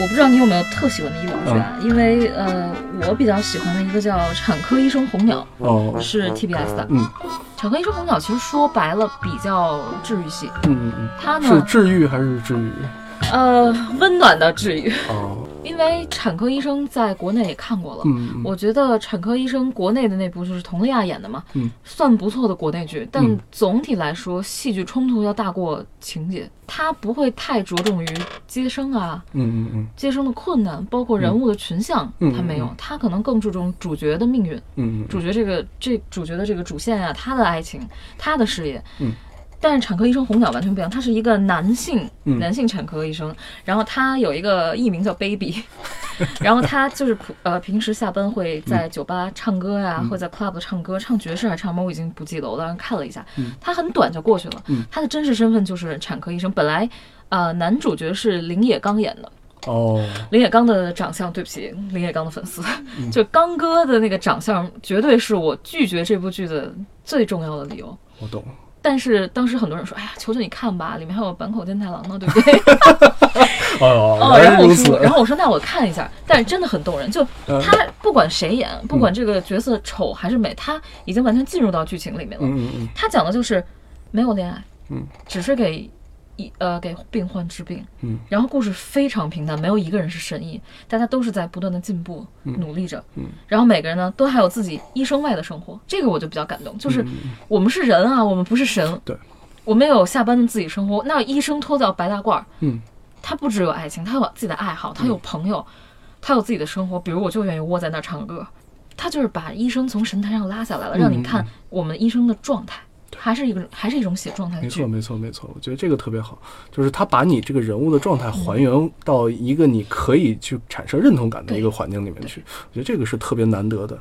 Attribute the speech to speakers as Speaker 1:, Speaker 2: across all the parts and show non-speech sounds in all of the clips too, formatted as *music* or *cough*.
Speaker 1: 我不知道你有没有特喜欢的医疗剧
Speaker 2: 嗯
Speaker 1: 啊？因为呃，我比较喜欢的一个叫《产科医生红鸟
Speaker 2: 哦》，，
Speaker 1: 是 TBS 的。
Speaker 2: 嗯
Speaker 1: 产科医生红鸟其实说白了比较治愈系，
Speaker 2: 嗯嗯
Speaker 1: 它
Speaker 2: 嗯，是
Speaker 1: 呢
Speaker 2: 治愈还是治愈？
Speaker 1: 呃温暖的治愈，
Speaker 2: 哦，
Speaker 1: 因为产科医生在国内也看过了。
Speaker 2: 嗯，嗯
Speaker 1: 我觉得《产科医生》国内的那部就是佟丽娅演的嘛，
Speaker 2: 嗯
Speaker 1: 算不错的国内剧，但
Speaker 2: 嗯
Speaker 1: 总体来说，戏剧冲突要大过情节，它不会太着重于接生啊、
Speaker 2: 嗯嗯嗯
Speaker 1: 接生的困难，包括人物的群像，
Speaker 2: 嗯
Speaker 1: 它没有
Speaker 2: 嗯嗯，
Speaker 1: 它可能更注重主角的命运，
Speaker 2: 嗯嗯
Speaker 1: 主角这个这主角的这个主线啊，他的爱情，他的事业，
Speaker 2: 嗯。
Speaker 1: 但是产科医生红鸟完全不一样，他是一个男性，
Speaker 2: 嗯
Speaker 1: 男性产科医生，然后他有一个艺名叫 Baby，然后他就是普呃平时下班会
Speaker 2: 嗯
Speaker 1: 在酒吧唱歌呀、会在 club 唱歌，唱爵士还是唱什么我已经不记得了，我当时看了一下，他很短就过去了，
Speaker 2: 嗯
Speaker 1: 他的真实身份就是产科医生，本来呃男主角是林野刚演的，
Speaker 2: 哦，
Speaker 1: 林野刚的长相，对不起，林野刚的粉丝，
Speaker 2: 嗯
Speaker 1: 就刚哥的那个长相，绝对是我拒绝这部剧的最重要的理由。
Speaker 2: 我懂，
Speaker 1: 但是当时很多人说：“哎呀，求求你看吧，里面还有坂口健太郎呢，对不对
Speaker 2: 哦？”
Speaker 1: 哦，
Speaker 2: *laughs* 原
Speaker 1: 然
Speaker 2: 来
Speaker 1: 后
Speaker 2: 如
Speaker 1: 我
Speaker 2: 此
Speaker 1: 说，，然后我说那我看一下，但是真的很动人。就
Speaker 2: 嗯
Speaker 1: 他不管谁演，不管这个角色丑还是美，他已经完全进入到剧情里面了。
Speaker 2: 嗯嗯嗯
Speaker 1: 他讲的就是没有恋爱，
Speaker 2: 嗯，
Speaker 1: 只是给一呃给病患治病，
Speaker 2: 嗯，
Speaker 1: 然后故事非常平淡，没有一个人是神医，大家都是在不断的进步，努力着，
Speaker 2: 嗯，
Speaker 1: 然后每个人呢都还有自己医生外的生活，这个我就比较感动，就是我们是人啊，我们不是神，
Speaker 2: 嗯对，
Speaker 1: 我们有下班的自己生活，那医生脱掉白大褂儿，
Speaker 2: 嗯
Speaker 1: 他不只有爱情，他有自己的爱好，他有朋友，他有自己的生活。比如，我就愿意窝在那儿唱歌。他就是把医生从神坛上拉下来了，让
Speaker 2: 嗯
Speaker 1: 你看我们医生的状态，还是一个还是一种写状态的
Speaker 2: 没
Speaker 1: 剧
Speaker 2: 错，。没错，没错，我觉得这个特别好，就是他把你这个人物的状态还原到一个你可以去产生认同感的一个环境里面去，我觉得这个是特别难得的。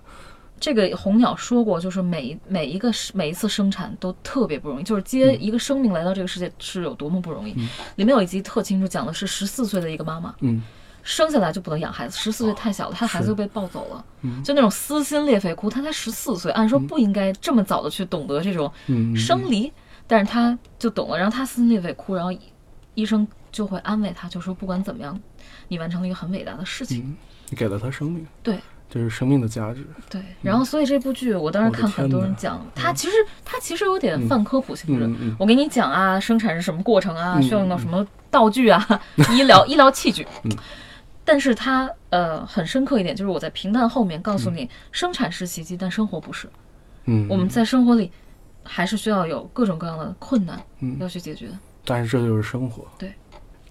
Speaker 1: 这个红鸟说过，就是每一每一个每一次生产都特别不容易，就是接
Speaker 2: 嗯
Speaker 1: 一个生命来到这个世界是有多么不容易。里面有一集特清楚讲的是十四岁的一个妈妈，
Speaker 2: 嗯
Speaker 1: 生下来就不能养孩子，十四岁太小了，她孩子就被抱走了，
Speaker 2: 嗯
Speaker 1: 就那种撕心裂肺哭。她才十四岁，按说不应该这么早的去懂得这种
Speaker 2: 嗯，
Speaker 1: 生离，但是她就懂了，然后她撕心裂肺哭，然后医医生就会安慰她，就说不管怎么样，你完成了一个很伟大的事情。
Speaker 2: 嗯你给了他生命，
Speaker 1: 对
Speaker 2: 这是生命的价值。
Speaker 1: 对，然后所以这部剧我当时
Speaker 2: 嗯我的
Speaker 1: 看很
Speaker 2: 天
Speaker 1: 多
Speaker 2: 哪
Speaker 1: 人讲，它其实它其实有点泛科普性质。
Speaker 2: 嗯嗯
Speaker 1: 我给你讲啊，生产是什么过程啊，
Speaker 2: 嗯
Speaker 1: 需要用到什么道具啊， *laughs* 医
Speaker 2: *laughs*
Speaker 1: 疗医疗器具。
Speaker 2: 嗯
Speaker 1: *laughs* 但是它呃很深刻一点，就是我在平淡后面告诉你，生产是袭击，但生活不是。
Speaker 2: 嗯，
Speaker 1: 我们在生活里还是需要有各种各样的困难
Speaker 2: 嗯
Speaker 1: 要去解决。
Speaker 2: 但是这就是生活。
Speaker 1: 对，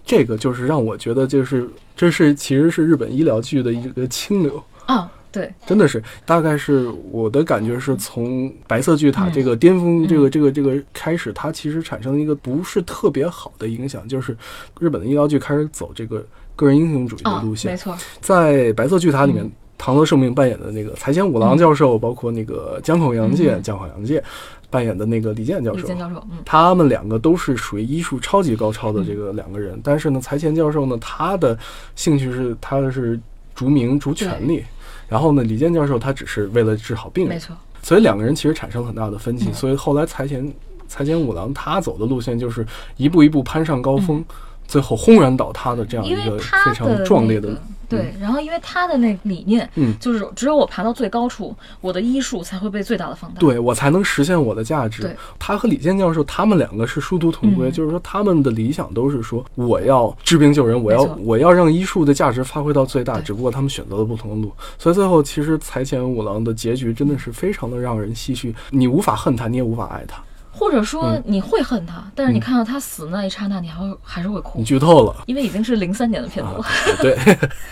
Speaker 2: 这个就是让我觉得，就是这是其实是日本医疗剧的一个清流。
Speaker 1: 啊，对，
Speaker 2: 真的是，大概是我的感觉是从白色巨塔这
Speaker 1: 嗯
Speaker 2: 个巅峰，这个这个这个开始，它其实产生了一个不是特别好的影响，就是日本的医疗剧开始走这个个人英雄主义的
Speaker 1: 啊
Speaker 2: 路，线
Speaker 1: 没。错，嗯
Speaker 2: 在白色巨塔里面，唐泽寿明扮演的那个财前五郎教授，包括那个江口洋介、江口洋介扮演的那个李健教
Speaker 1: 嗯李
Speaker 2: 授，
Speaker 1: 健教授，嗯，
Speaker 2: 他们两个都是属于医术超级高超的这个两个人，但是呢，财前教授呢，他的兴趣是他是逐名逐权力，然后呢，李健教授他只是为了治好病
Speaker 1: 没
Speaker 2: 人，
Speaker 1: 错，
Speaker 2: 所以两个人其实产生了很大的分歧，所以后来财前财前五郎他走的路线就是一步一步攀上高峰，最后轰然倒塌的这样一
Speaker 1: 因为
Speaker 2: 个
Speaker 1: 他的
Speaker 2: 非
Speaker 1: 那
Speaker 2: 常壮烈的
Speaker 1: 个。对，然后因为他的那理念，
Speaker 2: 嗯
Speaker 1: 就是只有我爬到最高处，我的医术才会被最大的放大。
Speaker 2: 对我才能实现我的价
Speaker 1: 嗯
Speaker 2: 值
Speaker 1: 对。
Speaker 2: 他和李健教授他们两个是殊途同归，
Speaker 1: 嗯
Speaker 2: 就是说他们的理想都是说我要治病救人，我要
Speaker 1: 没错
Speaker 2: 我要让医术的价值发挥到最大。
Speaker 1: 对
Speaker 2: 只不过他们选择了不同的路，所以最后其实财前五郎的结局真的是非常的让人唏嘘，你无法恨他，你也无法爱他。
Speaker 1: 或者说
Speaker 2: 嗯
Speaker 1: 你会恨他，但是你看到他死那一刹那，你还会还是会哭
Speaker 2: 你，啊剧
Speaker 1: *laughs*
Speaker 2: 透了，
Speaker 1: 因为已经是零三年的片子了。 *laughs*
Speaker 2: 对， *laughs*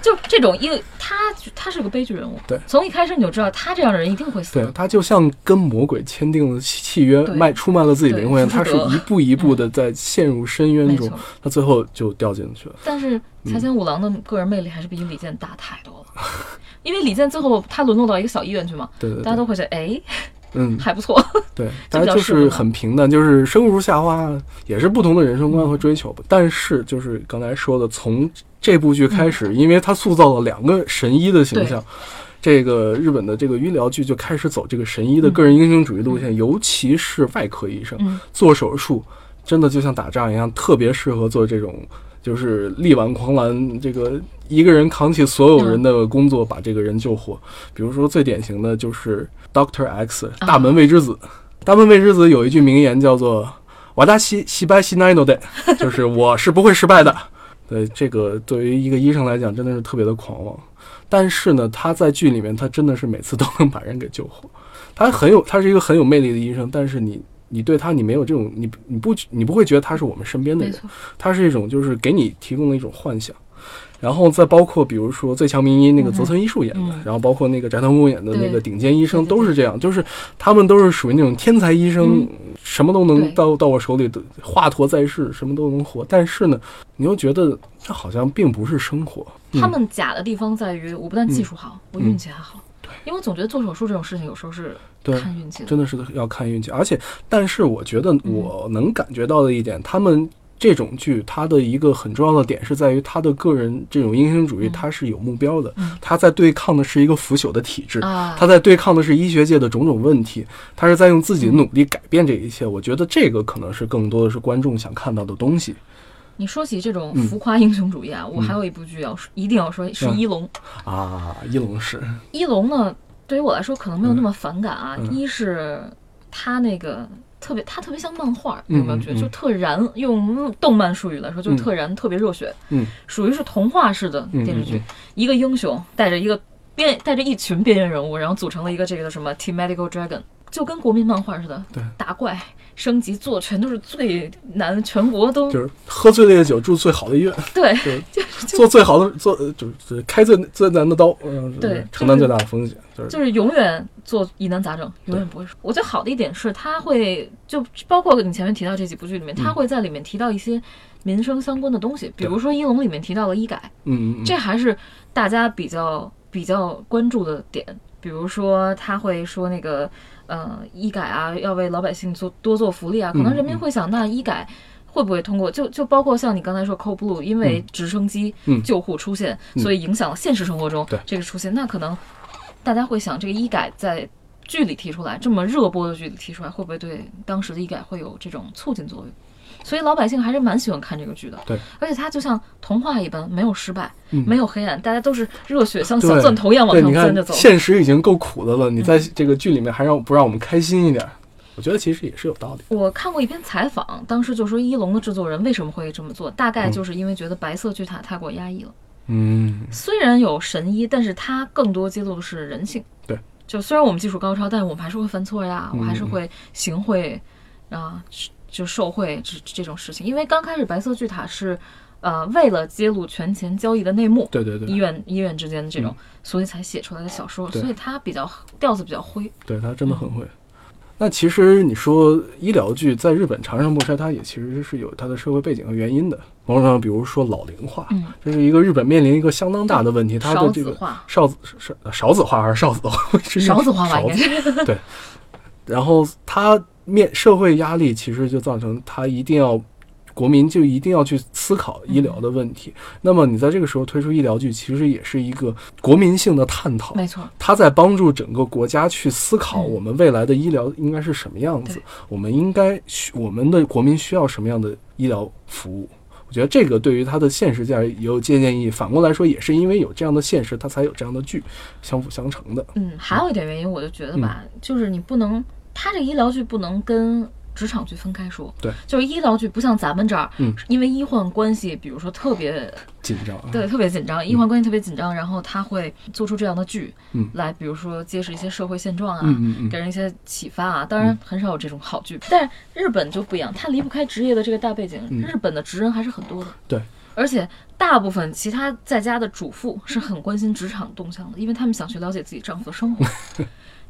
Speaker 1: 就这种，因为他他是个悲剧人物，
Speaker 2: 对
Speaker 1: 从一开始你就知道他这样的人一定会死
Speaker 2: 对
Speaker 1: 的。
Speaker 2: 他就像跟魔鬼签订了契约，
Speaker 1: 对
Speaker 2: 卖出卖了自己
Speaker 1: 对
Speaker 2: 灵魂，
Speaker 1: 是
Speaker 2: 他
Speaker 1: 不
Speaker 2: 是
Speaker 1: 得嗯
Speaker 2: 一步一步的在陷入深渊
Speaker 1: 没
Speaker 2: 中
Speaker 1: 错，
Speaker 2: 他最后就掉进去了。
Speaker 1: 但是
Speaker 2: 嗯
Speaker 1: 财前五郎的个人魅力还是比李健大太多了， *laughs* 因为李健最后他沦落到一个小医院去嘛，
Speaker 2: 对 *laughs* 对
Speaker 1: 大家
Speaker 2: 对，
Speaker 1: 都会觉得哎
Speaker 2: 嗯，
Speaker 1: 还不错。
Speaker 2: 对，
Speaker 1: 就
Speaker 2: 大
Speaker 1: 比
Speaker 2: 家
Speaker 1: 较
Speaker 2: 就
Speaker 1: 适合
Speaker 2: 是
Speaker 1: 他
Speaker 2: 很平淡，就是生如夏花，也是不同的人
Speaker 1: 嗯
Speaker 2: 生观和追求。但是就是刚才说的，从这部剧开始，因为它塑造了两个神医的形象，这个日本的这个医疗剧就开始走这个神医的个人英雄主义路线，尤其是外科医生、
Speaker 1: 嗯
Speaker 2: 做手术，真的就像打仗一样，特别适合做这种。就是力挽狂澜，这个一个人扛起所有人的工作，把这个人救活。比如说最典型的就是 Doctor X 大门未知子，大门未知子有一句名言叫做“瓦达西西白西奈诺的”，就是我是不会失败的。对，这个对于一个医生来讲，真的是特别的狂妄。但是呢，他在剧里面，他真的是每次都能把人给救活。他很有，他是一个很有魅力的医生，但是你。你对他，你没有这种，你你不你不会觉得他是我们身边的人，他是一种就是给你提供了一种幻想，然后再包括比如说《最强名医》那个泽村一树演的，
Speaker 1: 嗯
Speaker 2: 然后包括那个翟唐工演的那个
Speaker 1: 对
Speaker 2: 顶尖医生
Speaker 1: 对对对
Speaker 2: 都是这样，就是他们都是属于那种天才医生，
Speaker 1: 嗯
Speaker 2: 什么都
Speaker 1: 对
Speaker 2: 能到到我手里的华佗在世，什么都能活，但是呢，你又觉得这好像并不是生活，嗯
Speaker 1: 他们假的地方在于，我不但技术好，我运气还好。
Speaker 2: 对
Speaker 1: 因为我总觉得做手术这种事情有时候是
Speaker 2: 对
Speaker 1: 看运气的。
Speaker 2: 真的是要看运气，而且，但是我觉得我能感觉到的一点，他们这种剧它的一个很重要的点是在于他的个人这种英雄主义，
Speaker 1: 嗯
Speaker 2: 它是有目标的
Speaker 1: 嗯，
Speaker 2: 他在对抗的是一个腐朽的体制，
Speaker 1: 啊，
Speaker 2: 他在对抗的是医学界的种种问题，他是在用自己的努力改变这一
Speaker 1: 嗯
Speaker 2: 切。我觉得这个可能是更多的是观众想看到的东西
Speaker 1: 你说起这种
Speaker 2: 嗯
Speaker 1: 浮夸英雄主义啊，我还有一部剧要说，一定要说是
Speaker 2: 嗯
Speaker 1: 一龙。
Speaker 2: 啊。一龙是，
Speaker 1: 一龙呢，对于我来说可能没有那么反感啊。
Speaker 2: 嗯
Speaker 1: 一是他那个特别，他特别像漫画，有没有
Speaker 2: 嗯
Speaker 1: 觉得、
Speaker 2: 嗯
Speaker 1: 就特燃？用动漫术语来说，就是特燃、特别热血，
Speaker 2: 嗯，
Speaker 1: 属于是童话式的电视剧。
Speaker 2: 嗯嗯
Speaker 1: 一个英雄带着一个边带着一群边缘人物，然后组成了一个这个叫什么 Team Medical Dragon，就跟国民漫画似的，
Speaker 2: 对
Speaker 1: 打怪。升级做全都是最难，全国都
Speaker 2: 就是喝最烈的酒，住最好的医院，
Speaker 1: 对，
Speaker 2: 做最好的做，呃就是就是开最最难的刀，嗯，就是
Speaker 1: 对
Speaker 2: 承担
Speaker 1: 就是
Speaker 2: 最大的风险，就是
Speaker 1: 就是永远做疑难杂症，永远不会说。我觉得好的一点是，他会就包括你前面提到这几部剧里面，
Speaker 2: 嗯
Speaker 1: 他会在里面提到一些民生相关的东西，比如说《一龙》里面提到了医改，
Speaker 2: 嗯嗯嗯，
Speaker 1: 这还是大家比较比较关注的点。比如说他会说那个呃医改啊，要为老百姓做多做福利啊，可能
Speaker 2: 嗯
Speaker 1: 人民会想，那医改。会不会通过就就包括像你刚才说 Cold Blue，因为直升机
Speaker 2: 嗯
Speaker 1: 救护出现，
Speaker 2: 嗯
Speaker 1: 所以影响了现实生活中
Speaker 2: 对
Speaker 1: 这个出现，那可能大家会想，这个医改在剧里提出来，这么热播的剧里提出来，会不会对当时的医改会有这种促进作用？所以老百姓还是蛮喜欢看这个剧的，
Speaker 2: 对，
Speaker 1: 而且它就像童话一般，没有失败，
Speaker 2: 嗯
Speaker 1: 没有黑暗，大家都是热血像小
Speaker 2: 对
Speaker 1: 钻头一样往
Speaker 2: 对，
Speaker 1: 上
Speaker 2: 你
Speaker 1: 钻
Speaker 2: 看
Speaker 1: 着走。嗯
Speaker 2: 现实已经够苦的了，你在这个剧里面还让不让我们开心一点？我觉得其实也是有道理。
Speaker 1: 我看过一篇采访，当时就说一龙的制作人为什么会这么做，大概就是因为觉得白色巨塔太过压抑了。
Speaker 2: 嗯，
Speaker 1: 虽然有神医，但是它更多揭露的是人性。
Speaker 2: 对，
Speaker 1: 就虽然我们技术高超，但是我们还是会犯错呀，
Speaker 2: 嗯
Speaker 1: 我还是会行贿啊，就受贿这这种事情。因为刚开始白色巨塔是，呃，为了揭露权钱交易的内幕，
Speaker 2: 对对对
Speaker 1: 医，院医院之间的这种，
Speaker 2: 嗯
Speaker 1: 所以才写出来的小说，
Speaker 2: 对
Speaker 1: 所以它比较调子比较灰。
Speaker 2: 对他真的很会。
Speaker 1: 嗯
Speaker 2: 那其实你说医疗剧在日本长盛不衰，它也其实是有它的社会背景和原因的。某种程度上，比如说老龄化，
Speaker 1: 嗯，
Speaker 2: 这是一个日本面临一个相当大的问题，它
Speaker 1: 少
Speaker 2: 的这
Speaker 1: 子
Speaker 2: 个
Speaker 1: 化，
Speaker 2: 少子少少子化还是少子化？ *laughs* 是
Speaker 1: 少子化吧，
Speaker 2: 少
Speaker 1: 应
Speaker 2: 子
Speaker 1: 该是。
Speaker 2: 然后他面社会压力，其实就造成他一定要国民就一定要去思考医疗的问题。那么你在这个时候推出医疗剧，其实也是一个国民性的探讨。
Speaker 1: 没错，
Speaker 2: 它在帮助整个国家去思考
Speaker 1: 嗯
Speaker 2: 我们未来的医疗应该是什么样子
Speaker 1: 对，
Speaker 2: 我们应该需我们的国民需要什么样的医疗服务。我觉得这个对于它的现实价值也有借鉴意义。反过来说，也是因为有这样的现实，它才有这样的剧，相辅相成的。
Speaker 1: 嗯，还有一点原因，我就觉得吧，
Speaker 2: 嗯
Speaker 1: 就是你不能，他这个医疗剧不能跟职场剧分开说。
Speaker 2: 对，
Speaker 1: 就是医疗剧不像咱们这儿，
Speaker 2: 嗯
Speaker 1: 因为医患关系，比如说特别
Speaker 2: *laughs* 紧张啊，
Speaker 1: 对特别紧张，医患关系特别紧张，然后他会做出这样的剧，
Speaker 2: 嗯
Speaker 1: 来比如说揭示一些社会现状啊。
Speaker 2: 嗯嗯嗯嗯
Speaker 1: 给人一些启发啊，当然很少有这种好剧，但是日本就不一样，它离不开职业的这个大背景。
Speaker 2: 嗯
Speaker 1: 日本的职人还是很多的，
Speaker 2: 对，
Speaker 1: 而且大部分其他在家的主妇是很关心职场动向的，因为她们想去了解自己丈夫的生
Speaker 2: *laughs*
Speaker 1: 活，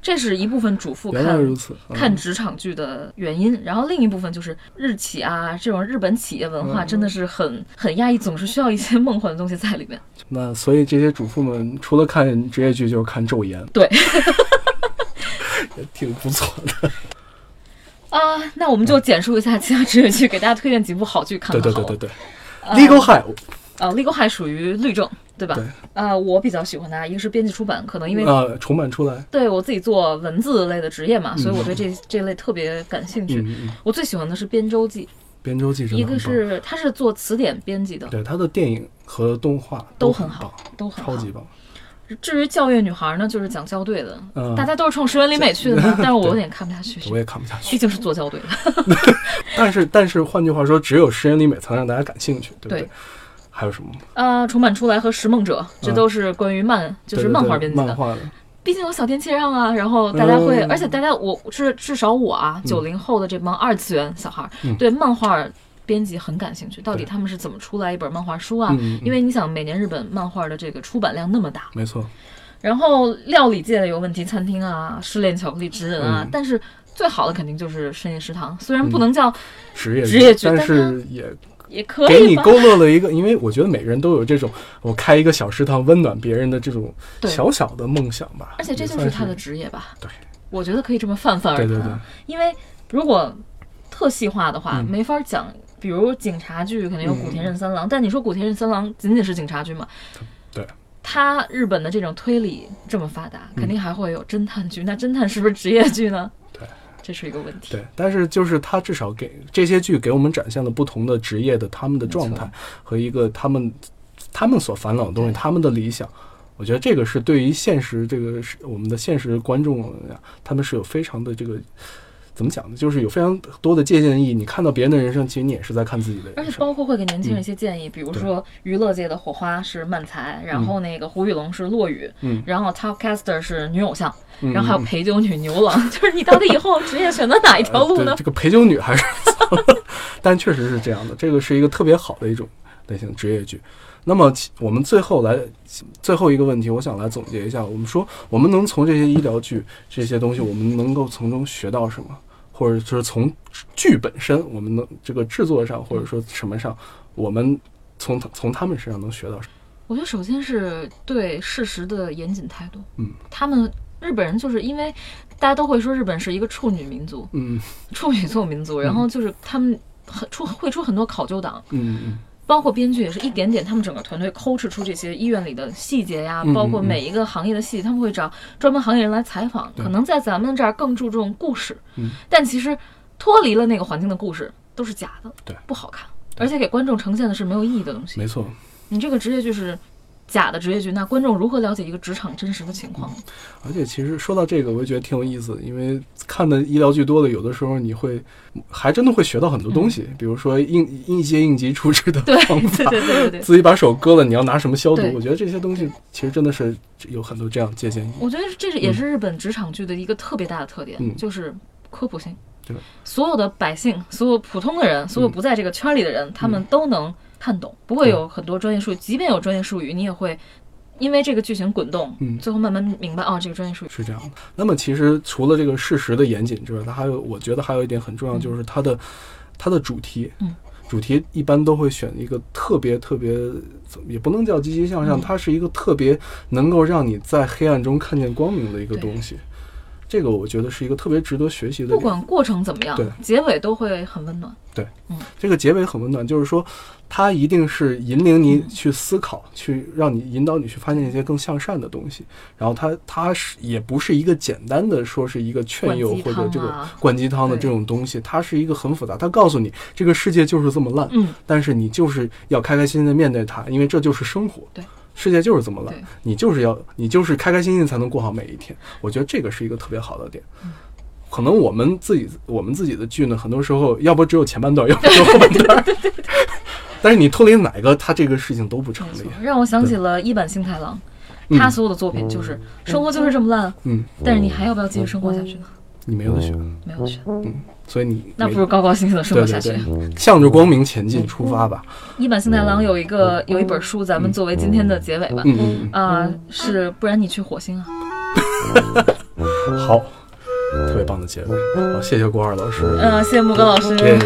Speaker 1: 这是一部分主妇
Speaker 2: 原来如
Speaker 1: 看
Speaker 2: 此。嗯
Speaker 1: 看职场剧的原因。然后另一部分就是日企啊，这种日本企业文化
Speaker 2: 嗯
Speaker 1: 真的是很很压抑，总是需要一些梦幻的东西在里面。
Speaker 2: 那所以这些主妇们除了看职业剧，就是看《昼颜》，
Speaker 1: 对，
Speaker 2: *laughs* 也挺不错的。
Speaker 1: 啊、那我们就简述一下其他职业剧，给大家推荐几部好剧看
Speaker 2: 对
Speaker 1: 看好
Speaker 2: 嗯对
Speaker 1: 了。
Speaker 2: 对对对，Legal High，
Speaker 1: 呃，立功还属于律政，对吧？
Speaker 2: 对
Speaker 1: 呃，我比较喜欢它，一个是编辑出版，可能因为、
Speaker 2: 啊，重版出来，
Speaker 1: 对我自己做文字类的职业嘛，所以我对这这类特别感兴趣。
Speaker 2: 嗯嗯嗯
Speaker 1: 我最喜欢的是《编周记》，
Speaker 2: 边州记真的
Speaker 1: 一
Speaker 2: 很棒
Speaker 1: 个是他是做词典编辑的，
Speaker 2: 对他的电影和动画
Speaker 1: 都
Speaker 2: 很
Speaker 1: 很
Speaker 2: 棒
Speaker 1: 好，，都很
Speaker 2: 超
Speaker 1: 好
Speaker 2: 级。棒。
Speaker 1: 至于教育女孩呢，就是讲校队的，
Speaker 2: 嗯
Speaker 1: 大家都是冲石原里美去的嘛，但是我有点看不下去，
Speaker 2: 我也看不下去，
Speaker 1: 毕竟是做校队的。
Speaker 2: 但是但是换句话说，只有石原里美才让大家感兴趣，对不对？
Speaker 1: 对
Speaker 2: 还有什么？
Speaker 1: 呃，重版出来和《拾梦者》，这
Speaker 2: 嗯
Speaker 1: 都是关于漫，就是漫画编
Speaker 2: 对对
Speaker 1: 辑的
Speaker 2: 对漫。画的，
Speaker 1: 毕竟有小天气让啊，然后大家会，
Speaker 2: 嗯
Speaker 1: 而且大家我至至少我啊，
Speaker 2: 嗯
Speaker 1: 九零后的这帮二次元小孩儿、
Speaker 2: 嗯
Speaker 1: 对漫画编辑很感兴趣，到底
Speaker 2: 对
Speaker 1: 他们是怎么出来一本漫画书啊？
Speaker 2: 嗯，嗯
Speaker 1: 因为你想，每年日本漫画的这个出版量那么大，
Speaker 2: 没错，
Speaker 1: 然后料理界的有问题餐厅啊，失恋巧克力职人啊，
Speaker 2: 嗯
Speaker 1: 但是最好的肯定就是深夜食堂，虽然
Speaker 2: 嗯
Speaker 1: 不能叫，
Speaker 2: 职业
Speaker 1: 职业剧
Speaker 2: 但
Speaker 1: 但
Speaker 2: 是也
Speaker 1: 也 *laughs* 可
Speaker 2: 给
Speaker 1: 以
Speaker 2: 你
Speaker 1: 吧。
Speaker 2: 勾勒了一个，因为我觉得每个人都有这种我开一个小食堂温暖别人的这种
Speaker 1: 对
Speaker 2: 小小的梦想吧。
Speaker 1: 而且这
Speaker 2: 也
Speaker 1: 就
Speaker 2: 算
Speaker 1: 是
Speaker 2: 是
Speaker 1: 他的职业吧？
Speaker 2: 对，
Speaker 1: 我觉得可以这么泛泛而
Speaker 2: 对
Speaker 1: 谈。
Speaker 2: 对对，
Speaker 1: 因为如果特细化的话，
Speaker 2: 嗯
Speaker 1: 没法讲。比如警察剧肯定有古田任三郎，但你说古田任三郎仅仅是警察剧嘛？
Speaker 2: 对，嗯
Speaker 1: 他日本的这种推理这么发达，肯定还会有侦探剧。那侦探是不是职业剧呢？
Speaker 2: 对，
Speaker 1: 这是一个问题。
Speaker 2: 对，但是就是他至少给这些剧给我们展现了不同的职业的他们的状态和一个他们他们所烦恼的东西，他们的理想。我觉得这个是对于现实这个是我们的现实观众呀，他们是有非常的这个怎么讲呢？就是有非常多的借鉴意义。你看到别人的人生，其实你也是在看自己的
Speaker 1: 而
Speaker 2: 人
Speaker 1: 且
Speaker 2: 生。
Speaker 1: 包括会给年轻人一些建议，比如说娱乐界的火花是漫才，然后那个胡宇龙是落雨，
Speaker 2: 嗯
Speaker 1: 然后 Topcaster 是女偶像，
Speaker 2: 嗯
Speaker 1: 然后还有
Speaker 2: 嗯
Speaker 1: 陪酒女牛郎， *laughs* 就是你到底以后职业选择哪一条路
Speaker 2: 呃对
Speaker 1: 呢？
Speaker 2: *laughs* 这个陪酒女还是， *laughs* 但确实是这样的，这个是一个特别好的一种类型职业剧。那么其我们最后来最后一个问题，我想来总结一下，我们说我们能从这些医疗剧这些东西，我们能够从中学到什么，或者就是从剧本身，我们能这个制作上或者说什么上，我们从从他们身上能学到什么？
Speaker 1: 我觉得首先是对事实的严谨态度。
Speaker 2: 嗯，
Speaker 1: 他们日本人就是因为大家都会说日本是一个处女民族，
Speaker 2: 嗯
Speaker 1: 处女座民族，然后就是他们很出会出很多考究党，
Speaker 2: 嗯嗯，
Speaker 1: 包括编剧也是一点点，他们整个团队抠哧出这些医院里的细节呀，
Speaker 2: 嗯
Speaker 1: 包括每一个行业的细节，他们会找专门行业人来采访。
Speaker 2: 对
Speaker 1: 可能在咱们这儿更注重故事，
Speaker 2: 嗯
Speaker 1: 但其实脱离了那个环境的故事都是假的，
Speaker 2: 对
Speaker 1: 不好看，而且给观众呈现的是没有意义的东西。
Speaker 2: 没错。
Speaker 1: 你这个职业剧是假的职业剧，那观众如何了解一个职场真实的情
Speaker 2: *laughs*
Speaker 1: 况？
Speaker 2: 而且其实说到这个，我也觉得挺有意思的，因为看的医疗剧多了，有的时候你会还真的会学到很多东西，比如说应应一些应急处置的
Speaker 1: 嗯对
Speaker 2: 方
Speaker 1: 对
Speaker 2: 法，
Speaker 1: 对对对对。
Speaker 2: 自己把手割了，你要拿什么消毒
Speaker 1: 对？
Speaker 2: 我觉得这些东西其实真的是有很多这样借鉴意义。
Speaker 1: *laughs* 我觉得这是也是日本职场剧的一个特别大的特点，
Speaker 2: 嗯
Speaker 1: 就是科普性。
Speaker 2: 对，嗯
Speaker 1: 所有的百姓、所有普通的人、所有不在这个圈里的人，他们都能看懂，不会有很多专业术语。即便有专业术语，你也会因为这个剧情滚动，
Speaker 2: 嗯
Speaker 1: 最后慢慢明白哦，这个专业术语。
Speaker 2: 是这样的。那么其实除了这个事实的严谨之外，它还有我觉得还有一点很重要，
Speaker 1: 嗯
Speaker 2: 就是它的它的主题。
Speaker 1: 嗯。
Speaker 2: 主题一般都会选一个特别特别，怎么也不能叫积极向上，
Speaker 1: 嗯
Speaker 2: 它是一个特别能够让你在黑暗中看见光明的一个
Speaker 1: 对
Speaker 2: 东西。这个我觉得是一个特别值得学习的
Speaker 1: 不
Speaker 2: 点。
Speaker 1: 管过程怎么样
Speaker 2: 对，
Speaker 1: 结尾都会很温暖。
Speaker 2: 这个结尾很温暖，就是说，它一定是引领你
Speaker 1: 嗯
Speaker 2: 去思考，去让你引导你去发现一些更向善的东西。然后它它是也不是一个简单的说是一个劝诱
Speaker 1: 灌鸡
Speaker 2: 或
Speaker 1: 汤啊
Speaker 2: 者这种 *laughs* 灌鸡汤的这种东西，它是一个很复杂。它告诉你这个世界就是这么烂，
Speaker 1: 嗯，
Speaker 2: 但是你就是要开开心心的面对它，因为这就是生活。
Speaker 1: 对。
Speaker 2: 世界就是这么烂
Speaker 1: 对，
Speaker 2: 你就是要你就是开开心心才能过好每一天。我觉得这个是一个特别好的点。
Speaker 1: 嗯
Speaker 2: 可能我们自己我们自己的剧呢，很多时候要不只有前半段，要不只有后半
Speaker 1: *laughs*
Speaker 2: 段。但是你脱离哪个，它这个事情都不成
Speaker 1: 没
Speaker 2: 立
Speaker 1: 错。，让我想起了一坂幸太郎，
Speaker 2: 嗯
Speaker 1: 他所有的作品就是生活就是这么烂，
Speaker 2: 嗯，
Speaker 1: 但是你还要不要继续生活下去呢？
Speaker 2: 你没有得选，
Speaker 1: 没有选，
Speaker 2: 所以你
Speaker 1: 那
Speaker 2: 没
Speaker 1: 不如高高兴兴的生
Speaker 2: 对
Speaker 1: 活下
Speaker 2: 对
Speaker 1: 去。
Speaker 2: 对，向着光明前进，出发吧。
Speaker 1: 一坂幸太郎有一个有一本书，咱们作为今天的结尾吧。
Speaker 2: 嗯嗯
Speaker 1: 啊、是不然你去火星啊？嗯
Speaker 2: 嗯，好，特别棒的结尾。好，谢谢郭二老师。
Speaker 1: 呃嗯、谢谢木哥老师。
Speaker 2: 耶